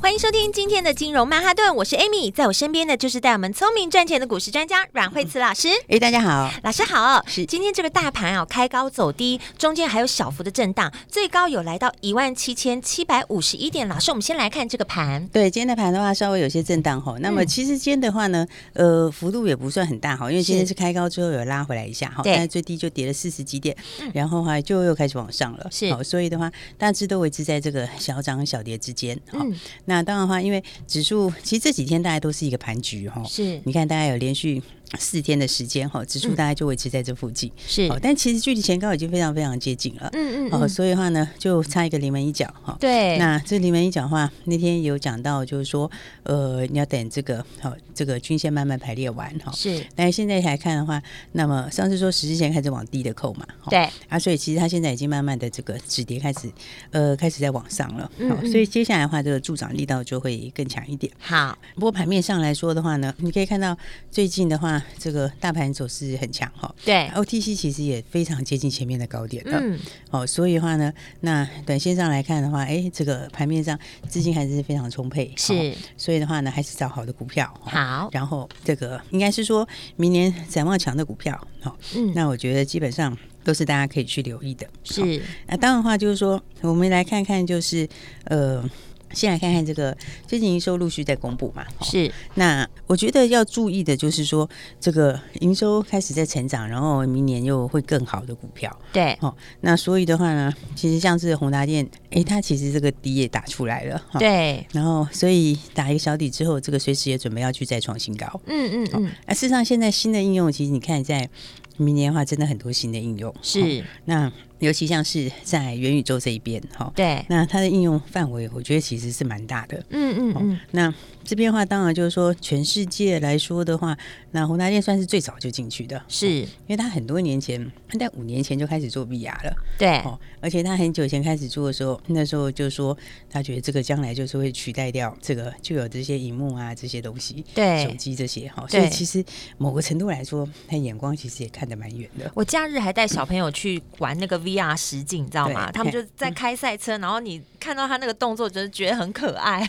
欢迎收听今天的金融曼哈顿，我是 Amy，在我身边的就是带我们聪明赚钱的股市专家阮慧慈老师。哎、大家好，老师好，是今天这个大盘啊开高走低，中间还有小幅的震荡，最高有来到一万七千七百五十一点。老师，我们先来看这个盘，对今天的盘的话，稍微有些震荡哈。那嗯么其实今天的话呢，呃，幅度也不算很大哈，因为今天是开高之后有拉回来一下哈，对嗯但是最低就跌了四十几点，然后哈就又开始往上了，是好，所以的话大致都维持在这个小涨小跌之间。好嗯，那当然的话，因为指数其实这几天大家都是一个盘局哈，是嗯你看大概有连续。四天的时间哈，指数大概就维持在这附近，是好，但其实距离前高已经非常非常接近了，嗯嗯哦，嗯，所以的话呢，就差一个临门一脚哈。对，那这里面一讲话，那天有讲到，就是说，呃，你要等这个好、这个均线慢慢排列完哈。是但是现在来看的话，那么上次说十日线开始往低的扣嘛，哈对，啊，所以其实它现在已经慢慢的这个止跌开始，呃，开始在往上了，嗯好嗯所以接下来的话，这个助长力道就会更强一点。好，不过盘面上来说的话呢，你可以看到最近的话，这个大盘走势很强哈、对， OTC 其实也非常接近前面的高点了，嗯，哦，所以的话呢，那短线上来看的话，哎，这个盘面上资金还是非常充沛，哦是所以的话呢，还是找好的股票。哦好，然后这个应该是说明年展望强的股票，好、嗯，那我觉得基本上都是大家可以去留意的。好是那当然的话就是说，我们来看看就是呃。先来看看这个最近营收陆续在公布嘛，哦是，那我觉得要注意的就是说，这个营收开始在成长，然后明年又会更好的股票，对，哦，那所以的话呢，其实像是宏达电，诶，它其实这个底也打出来了，哈、对，然后所以打一个小底之后，这个随时也准备要去再创新高。嗯嗯嗯，那、事实上，现在新的应用，其实你看在明年的话，真的很多新的应用。哦是那尤其像是在元宇宙这一边，哈、对，那它的应用范围，我觉得其实是蛮大的。嗯嗯嗯，那这边的话，当然就是说，全世界来说的话，那宏达电算是最早就进去的，是因为它很多年前，它在五年前就开始做 VR 了。对，哦，而且他很久以前开始做的时候，那时候就说他觉得这个将来就是会取代掉这个就有这些荧幕啊这些东西，对手机这些哈、哦，所以对其实某个程度来说，他眼光其实也看得蛮远 的。我假日还带小朋友去玩那个 VR 实境，你知道吗？对他们就在开赛车，然后你看到他那个动作，就是觉得很可 爱。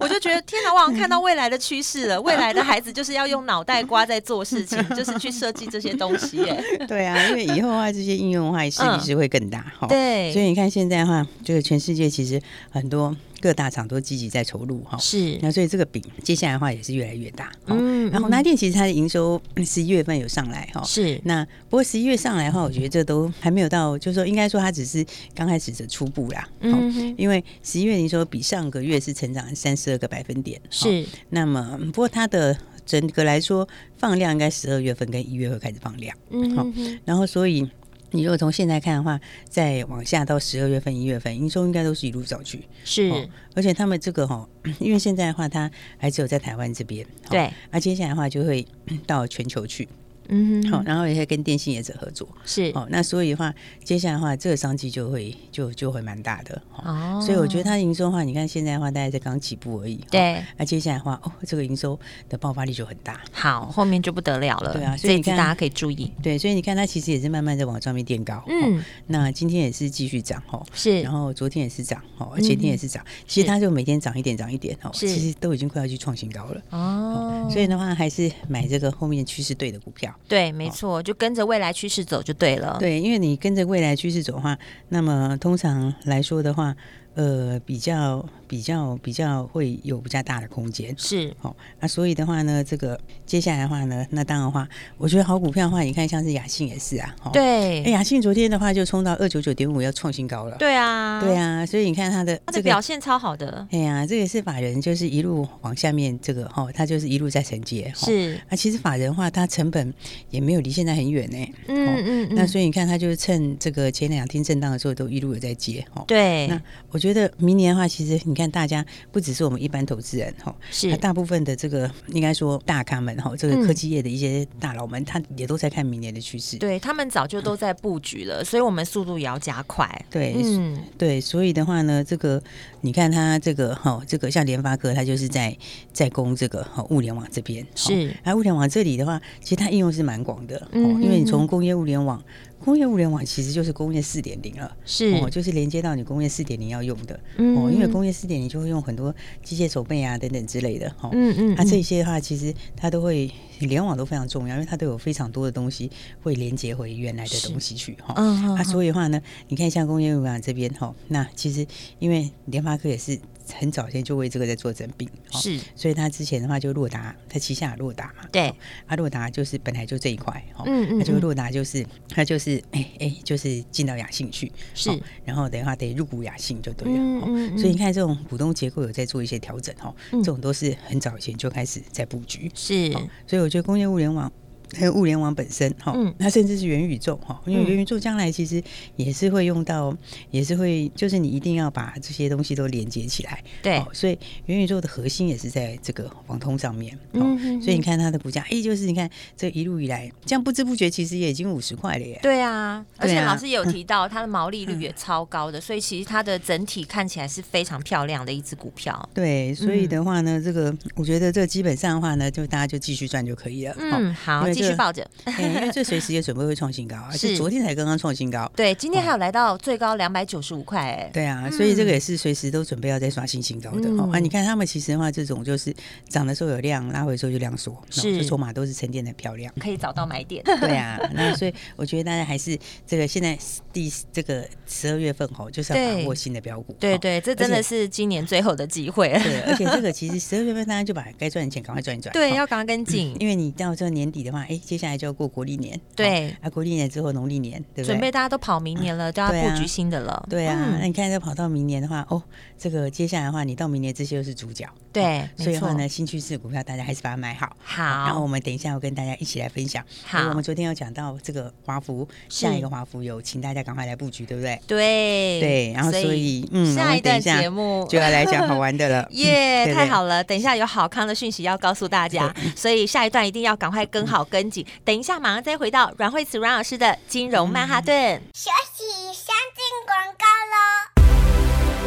我就觉得天哪，我好像看到未来的趋势了。未来的孩子就是要用脑袋瓜在做事 情，就是去设计这些东西耶。对啊，因为以后的话，这些应用的话势嗯力是会更大哈、哦对所以你看现在的话，这个全世界其实很多各大厂都积极在投入哈、哦是，那所以这个饼接下来的话也是越来越大。哦嗯然后宏达电其实它的营收十一月份有上来哈、哦是那不过十一月上来的话，我觉得这都还没有到，就是说应该说它只是刚开始的初步啦。哦嗯哼因为十一月营收比上个月是成长三十二个百分点，哦是那么不过它的整个来说放量应该十二月份跟一月会开始放量，嗯好哼哼然后所以。你如果从现在看的话，再往下到十二月份、一月份，营收应该都是一路走去。是，而且他们这个哈、哦， 因为现在的话，它还只有在台湾这边，哦对，那、接下来的话就会到全球去，嗯哼好、哼然后也会跟电信业者合作。是哦，那所以的话，接下来的话，这个商机就会就就会蛮大的。哦哦所以我觉得它的营收的话，你看现在的话，大概才刚起步而已。哦对那、接下来的话，哦，这个营收的爆发力就很大。好，后面就不得了了。对啊所这一以你次看大家可以注意。对，所以你看它其实也是慢慢在往上面垫高。哦，嗯，那今天也是继续涨哦。是嗯然后昨天也是涨，哦，前天也是涨，其实它就每天涨一点，涨一点，哦，是其实都已经快要去创新高了。哦，所以的话，还是买这个后面趋势对的股票。对，没错，就跟着未来趋势走就对了。哦对，因为你跟着未来趋势走的话，那么通常来说的话，呃，比较比较比较会有比较大的空间。是，哦，那所以的话呢，这个接下来的话呢，那当然的话，我觉得好股票的话，你看像是雅信也是啊，哦，哎，对，雅信昨天的话就冲到二九九点五，要创新高了。对啊，对，啊，所以你看它的他这的个表，现超好的，哎呀，这个是法人，就是一路往下面这个哈、哦，它就是一路在承接。哦、是，啊，其实法人的话，它成本也没有离现在很远呢、嗯嗯嗯，那所以你看，他就是趁这个前两天震荡的时候，都一路有在接哦。对那，我觉觉得明年的话，其实你看大家不只是我们一般投资人哈，那是大部分的这个应该说大咖们哈，这嗯个科技业的一些大佬们，他也都在看明年的趋势。对他们早就都在布局了，所以我们速度也要加快。对，嗯，对，所以的话呢，这个你看它这个哈、这个像联发科，它就是在在攻这个哈、物联网这边。哈是啊，物联网这里的话，其实它应用是蛮广的，哦、嗯哼因为你哼从工业物联网，工业物联网其实就是工业四点零了，是，哦，就是连接到你工业四点零要用的，嗯哦，因为工业四点零就会用很多机械手背啊等等之类的，哈、哦，嗯嗯，啊，嗯这些的话，其实它都会联网都非常重要，因为它都有非常多的东西会连接回原来的是东西去，哈、嗯啊，嗯所以的话呢，你看像工业用网这边哈，那其实因为联发科也是很早先就为这个在做整并，嗯齁，是所以他之前的话就洛达，他旗下有洛达嘛，对，啊洛达就是本来就这一块，哈，嗯嗯那就嗯洛达就是他就是哎哎、就是进到雅信去，是齁，哦然后的话得入股雅信就对了，嗯齁嗯所嗯以你看这种股东结构有在做一些调整哈，齁嗯这种都是很早以前就开始在布局，是哦所以我觉得工业物联网。还有物联网本身哈嗯，它甚至是元宇宙哈，因为元宇宙将来其实也是会用到，也是会就是你一定要把这些东西都连接起来，对哦，所以元宇宙的核心也是在这个网通上面，嗯哦哼哼，所以你看它的股价，哎，就是你看这一路以来，这样不知不觉其实也已经五十块了耶，对啊，而对且啊老师也有提到它的毛利率也超高的，所以其实它的整体看起来是非常漂亮的一只股票。对，所嗯以的话呢，这个我觉得这基本上的话呢，就大家就继续赚就可以了，哦， 嗯，好，因为继这续抱着。哎因为这随时也准备会创新高啊，而是且昨天才刚刚创新高，对，今天还有来到最高两百九十五块，哎，对啊，所以这个嗯也是随时都准备要再刷新新高的、哦。啊，嗯你看他们其实的话，这种就是涨的时候有量，拉回的时候就量缩，哦是。这筹码都是沉淀的漂亮可以找到买点。对啊，那所以我觉得大家还是这个现在第这个十二月份吼，就是要把对握新的标股。 对哦对，这真的而且是今年最后的机会。对，而且这个其实十二月份大家就把该赚的钱赶快赚一 赚。对，哦要赶快跟进。因为你到这年底的话，哎，接下来就要过国历嗯年。哦 对，嗯啊，国历年之后农历年，对不对？准备大家都跑明年了，都要对啊布局新的了。对啊，那嗯你看再跑到明年的话，哦，这个接下来的话，你到明年这些又是主角。嗯对，啊哎所以没的错话。呢，新趋势股票大家还是把它买好。然后好，我们等一下，我跟大家一起来分享。好我们昨天有讲到这个华孚，是下一个华孚有，请大家赶快来布局，对不对？对对，然后所以嗯，我下们一等段一下节目。就要来讲好玩的了 耶、嗯对太好了！等一下有好康的讯息要告诉大家，所以下一段一定要赶快跟好跟紧。等一下马上再回到阮慧慈阮老师的金融曼哈顿。休息，先进广告喽。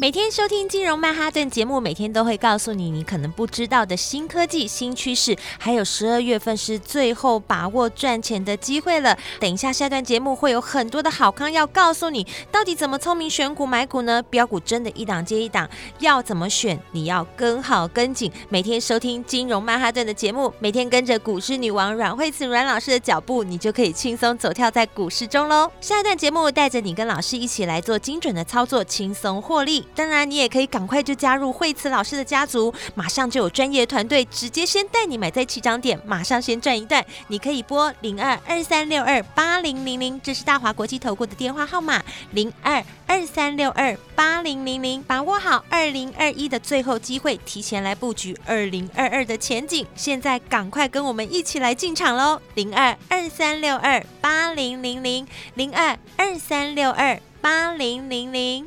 每天收听金融曼哈顿节目，每天都会告诉你你可能不知道的新科技、新趋势，还有十二月份是最后把握赚钱的机会了。等一下下段节目会有很多的好康要告诉你，到底怎么聪明选股买股呢？标股真的一档接一档，要怎么选？你要跟好跟紧。每天收听金融曼哈顿的节目，每天跟着股市女王阮慧慈阮老师的脚步，你就可以轻松走跳在股市中喽。下一段节目带着你跟老师一起来做精准的操作，轻松获利。当然，你也可以赶快就加入慧慈老师的家族，马上就有专业团队直接先带你买在起涨点，马上先赚一段。你可以拨零二二三六二八零零零，这是大华国际投顾的电话号码。零二二三六二八零零零，把握好二零二一的最后机会，提前来布局二零二二的前景。现在赶快跟我们一起来进场喽！零二二三六二八零零零，零二二三六二八零零零。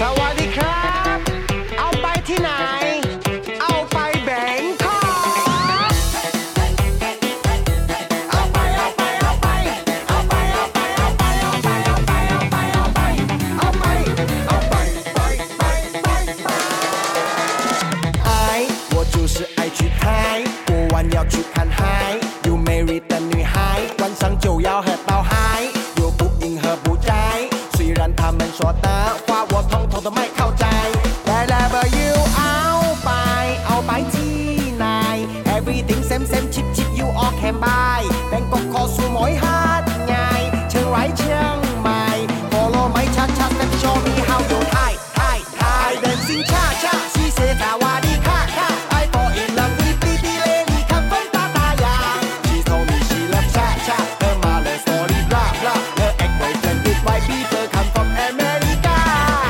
สวัสดีครับ เอาไปที่ไหน เอาไปแบงคอกเอาไปเอาไปเอาไป เอาไปเอาไปเอาไปเอาไปเอาไปเอาไปเอาไปเอาไปเอาไปไปไปไปไป爱，我就是爱去猜，过完要去看海，有美丽的女孩，晚上就要喝到嗨，有不应和不在，虽然他们说的话我通通都ไม่เข้าใจ。Wherever you เอาไปเอาไปที่ไหน Everything same same cheap cheap you all can buy，แบงกอกคอสูหมอยฮัดไงเชียงรายเชียงใหม่ Follow my cha cha step show me how you high high high dancing cha cha สีเสตาวาดีค่ะค่ะ I fall in love with pretty lady ข้างฟ้าตาตายา She told me she loves cha cha เธอมาเลย story blah blah เธอ ex boyfriend with white people come from America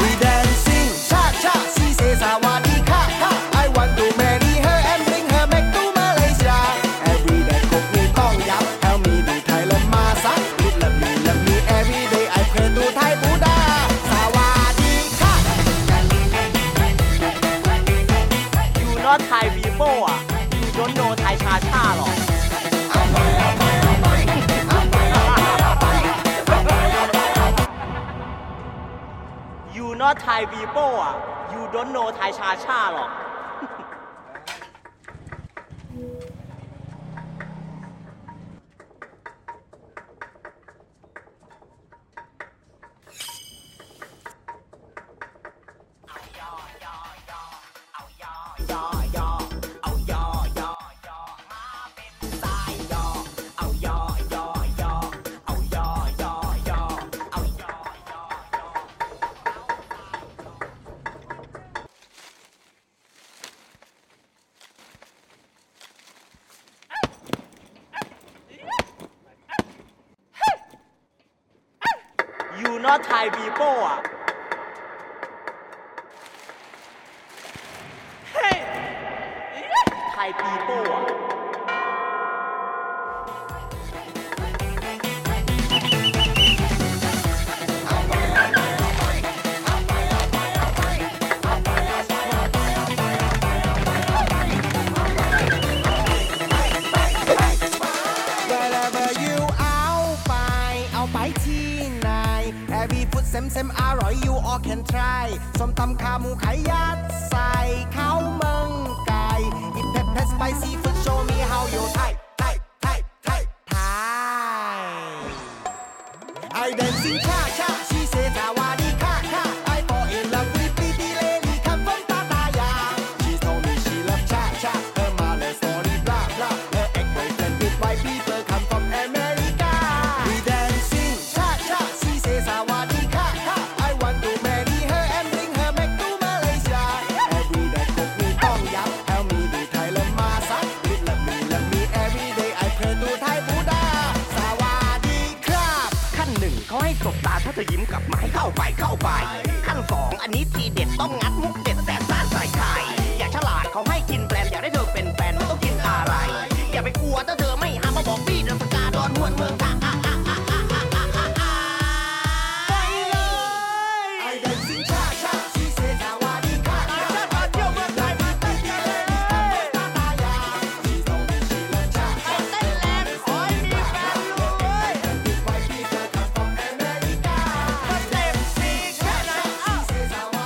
We dancing cha cha สีเสตาวาดีค่ะค่ะ I want to marry her and bring her back to Malaysia Every day คงมีต้องยับ Tell me ดูไทยแล้วมาซัก Please love me love me every day I pray to Thai Buddha สวัสดีค่ะ You not Thai people อ่ะ You don't know Thai ชาชาหรอก You not Thai people อ่ะ You don't know Thai ชาชาหรอก You not Thai people อ่ะ Thai people อ่ะ Wherever you เอาไป เอาไปที่ไหน Every food same same อร่อย you all can try ส้มตำขาหมูไข่ยัดใส่ข้าวมังไก่ It pepper spicy food show me how you type type type type type I dancing cha cha she says I want it ka ka I fall in love with pretty lady come from Pattaya She told me she love cha cha her mother story blah blah her ex boyfriend with white people come from America We dancing cha cha she says I want it ka ka I want to marry her and bring her back to Malaysia Every day cook me tom yum tell me the Thai love masa Please love me love me every day I pray to Thai Buddha สวัสดีครับ ขั้นหนึ่งเขาให้สบตาถ้าเธอยิ้มกลับมาให้เข้าไปเข้าไป ขั้นสองอันนี้ทีเด็ดต้องงัดมุกเด็ดแต่ซ่านใส่ไข่อยากฉลาดเขาให้กินแปลนอยากได้เธอเป็นแฟนมันต้องกินอะไร อย่าไปกลัวถ้าเธอไม่หามาบอกพี่เดินสกาดอนหวนเมืองอ่ะอ่ะอ่ะอ่ะอ่ะอ่ะอ่ะอ่ะอ่ะไปเลยไอ้เด็กสิงชาชาชีเสดาวาดีค่ะอาจารย์มาเที่ยวเมืองไทยมาเต้นกันเลยตาตายาชีโตมีชีลันชาชาเต้นแรงขอให้มีแฟนรวย ไปที่เธอทำของอเมริกาสเต็ปสี่แค่นั้น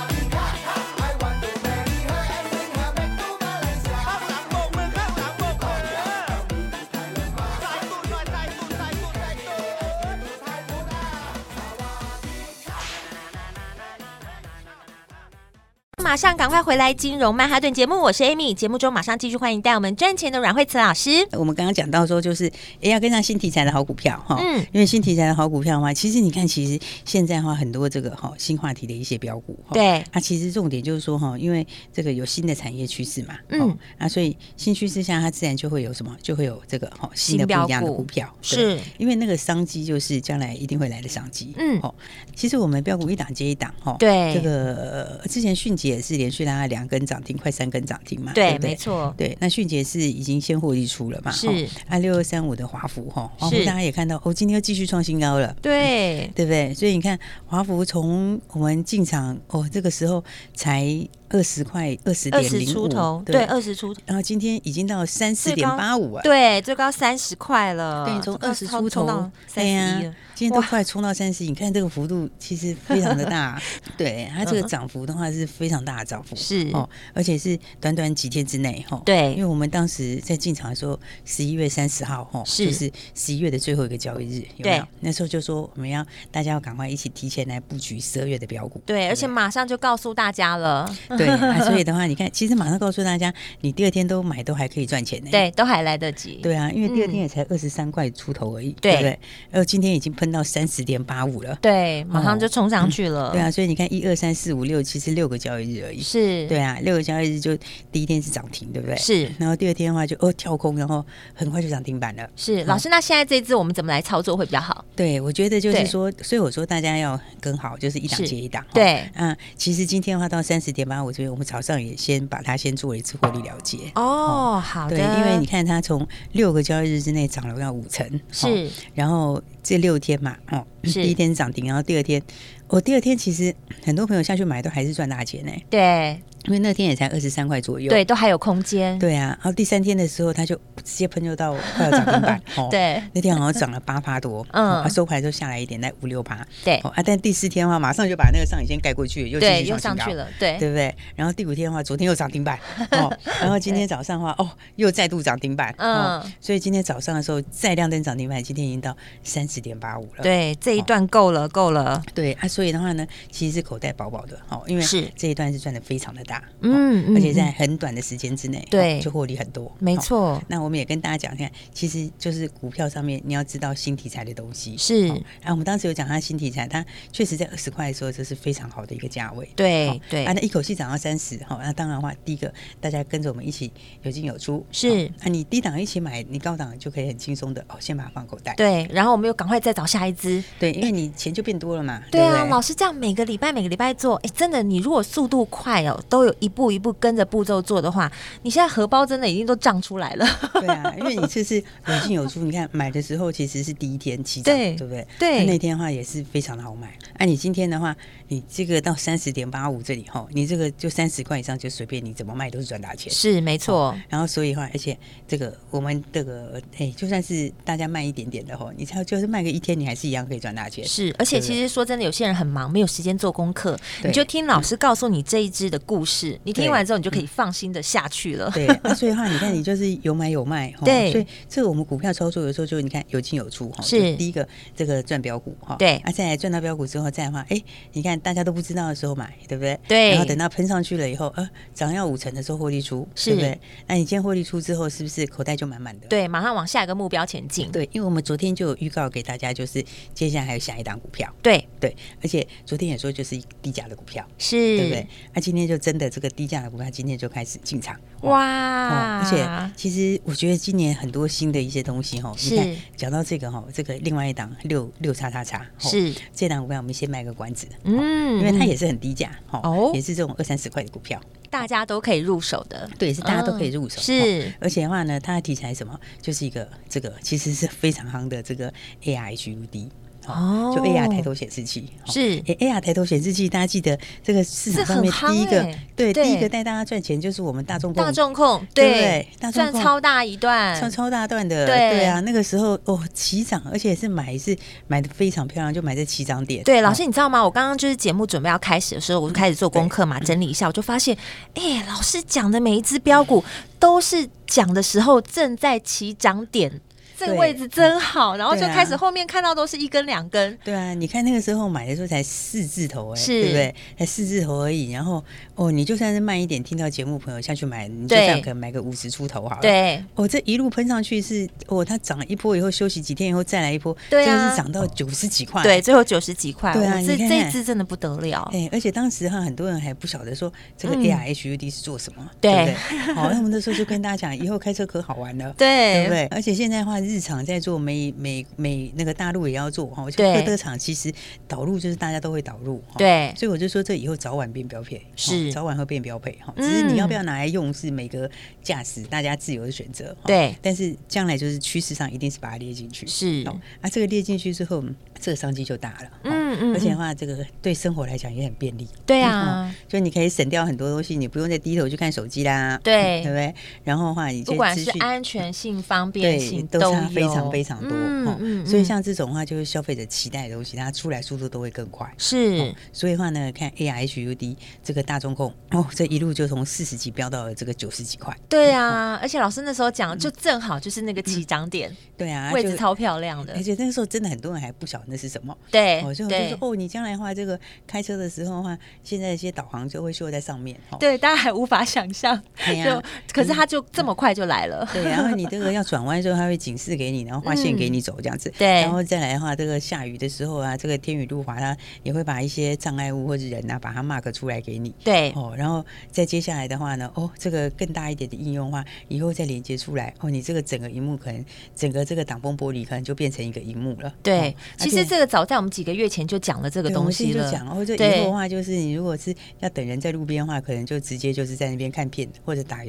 马上赶快回来！金融曼哈顿节目，我是 Amy。节目中马上继续欢迎带我们赚钱的阮慧慈老师。我们刚刚讲到说，就是哎要跟上新题材的好股票哈，嗯因为新题材的好股票的话，其实你看，其实现在的话很多这个哈新话题的一些标股哈，哦对，它、其实重点就是说哈，因为这个有新的产业趋势嘛，嗯嗯，啊，所以新趋势下，它自然就会有什么，就会有这个哈新的新标不一样的股股票，对是因为那个商机就是将来一定会来的商机，嗯哦，其实我们标股一档接一档哈，对这个呃之前迅捷也是连续拉了两根涨停，快三根涨停嘛，对，不对没错，对，那迅捷是已经先获利出了嘛？是吼啊，六二三五的华孚哈，华是孚大家也看到哦，今天又继续创新高了。对，对不对？所以你看，华孚从我们进场哦，这个时候才二十块，二十二点十零出五，头，对对，，二十出头，然后今天已经到三四最点高八五啊，对，最高三十块了，对，从最高二十啊超出冲到头，三对呀十一了，今天都哇快冲到三十，你看这个幅度其实非常的 大，对，它这个涨幅的话是非常大的涨嗯幅，是哦，而且是短短几天之内哈，哦对因为我们当时在进场的时候，十一月三十号哈，哦是就是十一月的最后一个交易日，有没对有？那时候就说我们要大家要赶快一起提前来布局十二月的标股，对，而不且马上就告诉大家了，对、啊，所以的话，你看，其实马上告诉大家，你第二天都买都还可以赚钱呢， 对，都还来得及，对啊，因为第二嗯天也才二十三块出头而已，对不对？然后今天已经喷到三十点八五了，对，马上就冲上去了，对啊，所以你看一二三四五六，其实六个交易日而已，呃是，对啊，六个交易日就第一天是涨停，对不对？是然后第二天的话就哦跳空，然后很快就涨停板了。是，老师，那现在这一支我们怎么来操作会比较好？对，我觉得就是对说，所以我说大家要跟好，就是一档是接一档。对哦，嗯，其实今天的话到三十点八五这边，我们早上也先把它先做一次获利了结。哦，好的，对，因为你看它从六个交易日之内涨了要五成，哦是然后这六天嘛，哦，是第一天涨停，然后第二天，我、第二天其实很多朋友下去买都还是赚大钱呢、对因为那天也才二十三块左右。对，都还有空间，对啊，然后第三天的时候，它就直接喷就到快要涨停 板，哦，对那天好像涨了八趴多，嗯嗯，它收盘就下来一点，那五六趴，对哦啊，但第四天的话，马上就把那个上影线盖过去，又继对，续又创上新高去。了，对啊对不对？然后第五天的话，昨天又涨 停板哦，然后今天早上的话，哦，又再度涨停板，嗯、嗯所以今天早上的时候再亮灯涨停板，今天已经到三十点八五了。对，这一段够了，够了，对啊，所以的话呢，其实是口袋饱饱的，哦，因为是这一段是赚的非常的大，嗯哦嗯而且在很短的时间之内，对哦就获利很多，没哦错，那我们也跟大家讲一下，其实就是股票上面你要知道新题材的东西。是哦啊，我们当时有讲它新题材，它确实在二十块的时候，这是非常好的一个价位。对哦对啊，那一口气涨到三十，哈，那当然的话，第一个大家跟着我们一起有进有出，是哦啊，你低档一起买，你高档就可以很轻松的哦，先把它放口袋。对，然后我们又赶快再找下一支。对，因为你钱就变多了嘛。对不啊，老师这样每个礼拜每个礼拜做，哎，真的，你如果速度快哦，都有一步一步跟着步骤做的话，你现在荷包真的已经都胀出 来了。 对啊，因为你这是有进有出，你看买的时候其实是第一天起涨，对对不对？对那那天的话也是非常的好买。那、你今天的话，你这个到三十点八五这里吼，你这个就三十块以上就随便你怎么卖都是赚大钱。是，没错，然后所以的话，而且这个我们这个哎、就算是大家卖一点点的吼，你才就是卖个一天，你还是一样可以赚大钱。是，而且其实说真的，有些人很忙，没有时间做功课，对你就听老师告诉你这一支的故事，你听完之后，你就可以放心的下去了。 对，那所以的话，你看你就是有买有卖，吼对所以这个我们股票操作有时候就你看有进有出哈。吼是就第一个这个赚标股哈，对啊，再来赚到标股之后，再来的话，哎，你看大家都不知道的时候买，对不对？对然后等到喷上去了以后，呃，涨要五成的时候获利出，对不是对？那你今天获利出之后，是不是口袋就满满的？。对，马上往下一个目标前进。对，因为我们昨天就有预告给大家，就是接下来还有下一档股票，对，对，而且昨天也说就是低价的股票，是，对不对？那、今天就真的这个低价的股票，今天就开始进场，哇、哦，而且其实我觉得今年很多新的一些东西哈，是你看讲到这个哈，这个另外一档六六叉叉叉吼是这档股票，我们先卖个关子，嗯，哦因为它也是很低价哈，哦哦，也是这种二三十块的股票，大家都可以入手的，对，是大家都可以入手，嗯吼是而且的话呢，它的题材是什么，就是一个这个其实是非常夯的这个 AI HUD。哦哦，就 AR 抬头显示器吼是诶 AR 抬头显示器，大家记得这个市场这上面很夯第一个欸对对第一个带大家赚钱就是我们大众大共众控对不对大众赚控超大一段，超超大段嗯的，对啊，那个时候哦起涨，而且是买是买的非常漂亮，就买在起涨点。对，老师，哦你知道吗？我刚刚就是节目准备要开始的时候，我就开始做功课嘛，整理一下，我就发现，哎、老师讲的每一只标股都是讲的时候正在起涨点。这个对位置真好，然后就对啊开始后面看到都是一根两根，对啊，你看那个时候买的时候才四字头哎、是对不对？才四字头而已。然后哦，你就算是慢一点，听到节目朋友下去买，你就对这样可能买个五十出头好了。，对，哦，这一路喷上去是哦，它涨一波以后，休息几天以后再来一波，对啊真的是涨到九十几块。对，最后九十几块，对啊我你这看这看次真的不得了，哎、而且当时哈，很多人还不晓得说这个嗯 ARHUD 是做什么，对对不对？好，那我们那时候就跟大家讲，以后开车可好玩了。对对不对？而且现在的话，日常在做，美美美那个大陆也要做哈。我觉对得各个厂其实导入就是大家都会导入哈。对所以我就说这以后早晚变标配，哈是早晚会变标配哈。嗯只是你要不要拿来用，是每个驾驶大家自由的选择。哈对但是将来就是趋势上一定是把它列进去。是哦啊，这个列进去之后，嗯这个商机就大了。哈嗯嗯而且嗯的话，这个对生活来讲也很便利。对 嗯啊，就你可以省掉很多东西，你不用再低头去看手机啦，对 对不对？然后的话，你这不些管资是讯安全性、方便对性都有差非常非常多，嗯哦嗯，所以嗯像这种的话，就是消费者期待的东西，它出来速度都会更快。是所以的话呢，看 A I H U D 这个大中控哦，这一路就从四十几飙到了这个九十几块，对嗯啊，而且老师那时候讲，就正好就是那个起涨点，对啊，位嗯就置超漂亮的而，且那个时候真的很多人还不晓得那是什么，对哦，所以我就哎对说哦，你将来的话，这个开车的时候的话，现在一些导航就会秀在上面，哦，对，大家还无法想象，对呀嗯就可是他就这么快就来了，对，然后你这个要转弯的时候，它会警示给你，然后画线给你走这样子。嗯对然后再来的话，这个下雨的时候啊，这个天雨路滑，它也会把一些障碍物或者人啊，把它 mark 出来给你。对哦，然后再接下来的话呢，哦，这个更大一点的应用的话，以后再连接出来，哦，你这个整个荧幕可能整个这个挡风玻璃可能就变成一个荧幕了。对哦，其而实且这个早在我们几个月前就讲了这个对东西我们之了，前就讲，或者以对后的话，就是你如果是要等人在路边的话，可能就直接就是在那边看片或者打。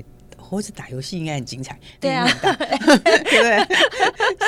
或者打游戏应该很精彩，对啊那个年代对不对？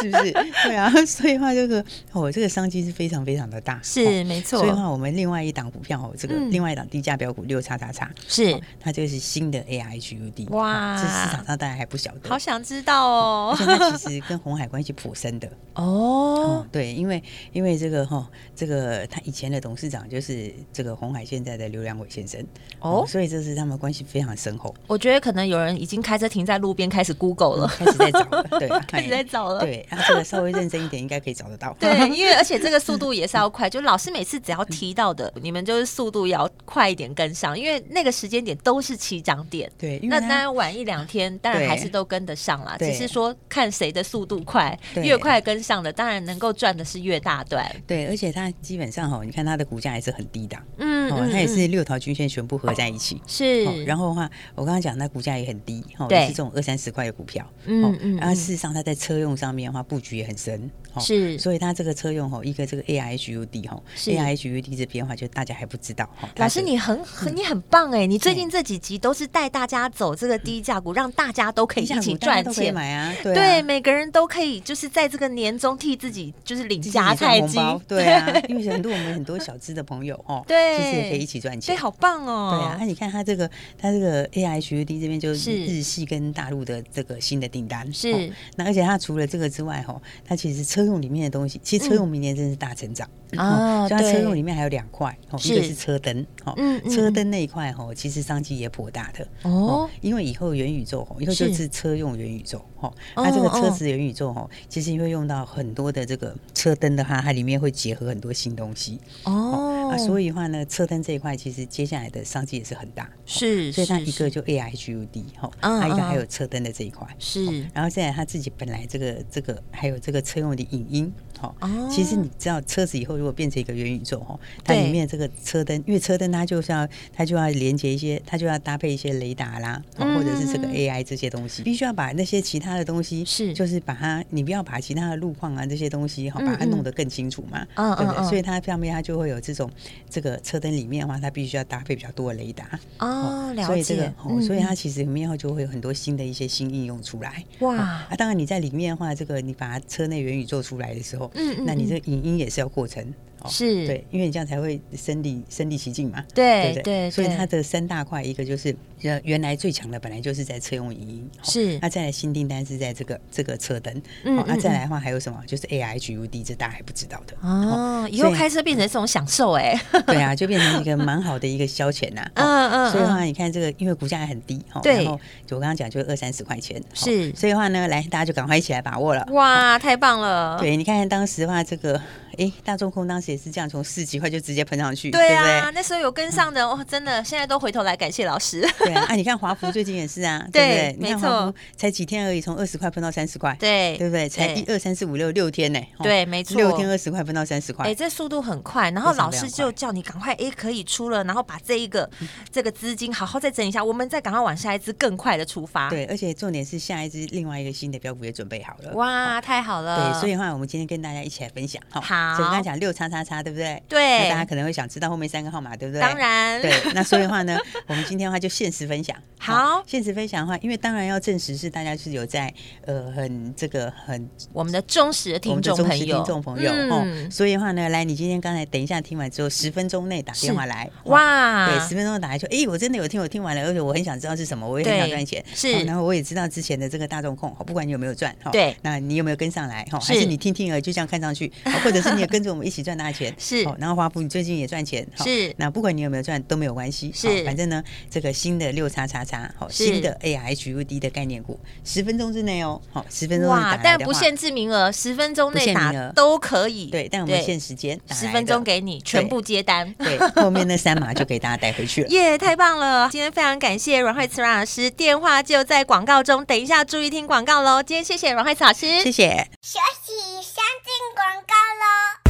是 不是？对啊，所以的话这个哦，这个商机是非常非常的大，是哦没所以的错，话，我们另外一档股票哦，这个、嗯另外一档低价标股六叉叉叉，是它就是新的 AIHUD，哇哦这市场上大家还不晓得，好想知道哦而，且它其实跟红海关系颇深的，哦哦，，对，因为因为这个哈、这个他以前的董事长就是这个红海现在的刘良伟先生哦所以这是他们关系非常深厚，我觉得可能有人已经开车停在路边开始 Google 了，开始在找了，对，哦 开始在找了哎对，啊，这个稍微认真一点应该可以找得到， 对，因为而且这个速度也是要快，就老师每次只要提到的，你们就是速度要快一点跟上，因为那个时间点都是起涨点。对，因那为当他然晚一两 天，当然对还是都跟得上啦，只对是说看谁的速度快，对越快跟上的，当然能够赚的是越大段。对，而且他基本上哈、你看他的股价也是很低档，嗯，哦嗯，它也是嗯六条均线全部合在一起。是，哦，然后的话，我刚刚讲，那股价也很低，哦，对也是这种二三十块的股票，嗯哦嗯然后嗯事实上，它在车用上面的话，布局也很深，哦是所以它这个车用吼，一个这个 AIHUD 吼是，AIHUD 这边的话，就大家还不知道哈。老师你很很你很棒哎，你最近嗯对嗯这几集都是带大家走这个低价股，让大家都可以一一起起赚赚钱钱。买啊，对对，啊。每个人都可以，就是在这个年终替自己就是领自己夹赚菜红金包，对 啊，因为很多我们很多小资的朋友哦，对其实也可以一起赚钱对，，好棒哦！对啊，那你看它这个，它这个 AIHUD 这边就是是日系跟大陆的这个新的订单是哦那而且它除了这个之外，吼，它其实车用里面的东西，其实车用明年真的是大成长啊哦所以它车对用里面还有两块，哦，是一个是车灯，哦嗯嗯，车灯那一块，哦，其实商机也颇大的哦，因为以后元宇宙，哦，以后是就是车用元宇宙，哦，哦那这个车哦子元宇宙，哦，其实会用到很多的这个车灯的话，它里面会结合很多新东西，哦啊，所以以的话呢，车灯这一块其实接下来的商机也是很大，是，所以它是一个就 AIHUD 哈，嗯哦它一个嗯还有车灯的这一块，是是然后再来它自己本来这个这个还有这个车用的影音哈哦，其实你知道车子以后如果变成一个元宇宙哈，它对里面这个车灯，因为车灯它就是要它就要连接一些，它就要搭配一些雷达啦，哦嗯或者是这个嗯 AI 这些东西，必须要把那些其他的东西是就是把它，你不要把其他的路况啊这些东西哈，把它嗯嗯弄得更清楚嘛，嗯嗯对不嗯对？所以它上面它就会有这种这个车灯里面的话，它必须要搭配比较多的雷达。哦，所了以这个解，，哦嗯所以它嗯其实里面就会有很多新的一些新应用出来。哦哇啊，，当然你在里面的话，这个你把它车内元宇宙出来的时候，嗯嗯那你嗯这个影音也是要过程。哦。是对，因为你这样才会身临身临其境嘛。对不对所以对它的三大块，一个就是呃原来最强的本来就是在车用语音，哦是那再来新订单是在这个这个车灯，嗯哦那嗯再来的话还有什么？就是 AI HUD，这大家还不知道的哦，以所后以开车变成这种享受哎、对啊，就变成一个蛮好的一个消遣呐、哦嗯嗯所以的话，你看这个，因为股价还很低，哈，对然后就我刚刚讲，就二三十块钱，哦是所以的话呢，来大家就赶快一起来把握了。哇，太棒了！对，你看看当时的话，这个哎，大众控当时也是这样，从四十几块就直接喷上去，对不啊，对？嗯那时候有跟上的哇，哦真的现在都回头来感谢老师。对啊，啊你看华孚最近也 是啊，对不对？你没看错华孚才几天而已，从二十块喷到三十块，对对不对？才一二三四五六六天呢，哦对没错六天二十块喷到三十块哎、，这速度很快，然后非常老师非常就快嗯叫你赶快，哎、可以出了，然后把这一个、这个资金好好再整一下，我们再赶快往下一支更快的出发。，对，而且重点是下一支另外一个新的标股也准备好了，哇，太好了！哦对，所以的话，我们今天跟大家一起来分享哈。好所以我刚才讲六叉叉叉，对不对？对那大家可能会想知道后面三个号码，对不对？当。然对，那所以的话呢，我们今天的话就限时分享。好限时分享的话，因为当然要证实是大家是有在呃很这个很我们的忠实的我听们的众忠朋实友，嗯听众朋友哦，所以的话呢，来，你今天刚才等一下听完之后，十分钟内打电话来，哦哇，对，十分钟打来就，哎、我真的有听，我听完了，而且我很想知道是什么，我也很对想赚钱，是哦然后我也知道之前的这个大众控，哦不管你有没有赚，哈对那你有没有跟上来，哈，还是是你听听而已就这样看上去，哦或者是你也跟着我们一起赚大钱， 是哦然后华富你最近也赚钱，哈是那不管你有没有赚都没有关系，是哦反正呢，这个新的六叉叉叉，好，是新的 ARHUD 的概念股，十分钟之内哦，好，十分钟内打哇来，的但不话限制名额，十分钟不内限打名额都可以。对，但我们限时间，打十来分的钟给你全部接单。 对，后面那三码就给大家带回去了。耶太棒了！今天非常感谢阮慧慈阮老师，电话就在广告中，等一下注意听广告喽。今天谢谢阮慧慈老师，谢谢。学习相进广告喽。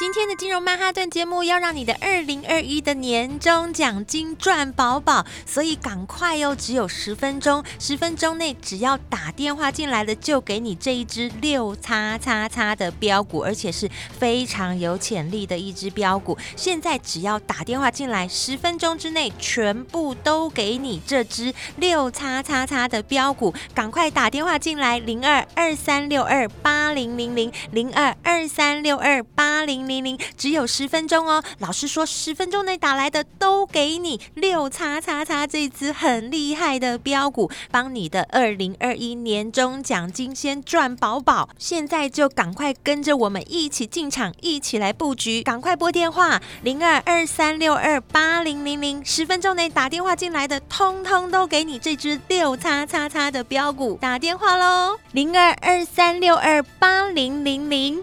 今天的金融曼哈顿节目要让你的二零二一的年终奖金赚饱饱，所以赶快哦，只有十分钟，十分钟内只要打电话进来的就给你这一支六叉叉叉的标股，而且是非常有潜力的一支标股。现在只要打电话进来，十分钟之内全部都给你这支六叉叉叉的标股，赶快打电话进来，零二二三六二八零零零零二二三六二八零零零，只有十分钟哦。老师说十分钟内打来的都给你六叉叉叉这只很厉害的标股，帮你的二零二一年终奖金先赚饱饱。现在就赶快跟着我们一起进场，一起来布局，赶快拨电话零二二三六二八零零零，十分钟内打电话进来的，通通都给你这只六叉叉叉的标股，打电话喽，零二二三六二八零零零。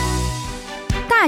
大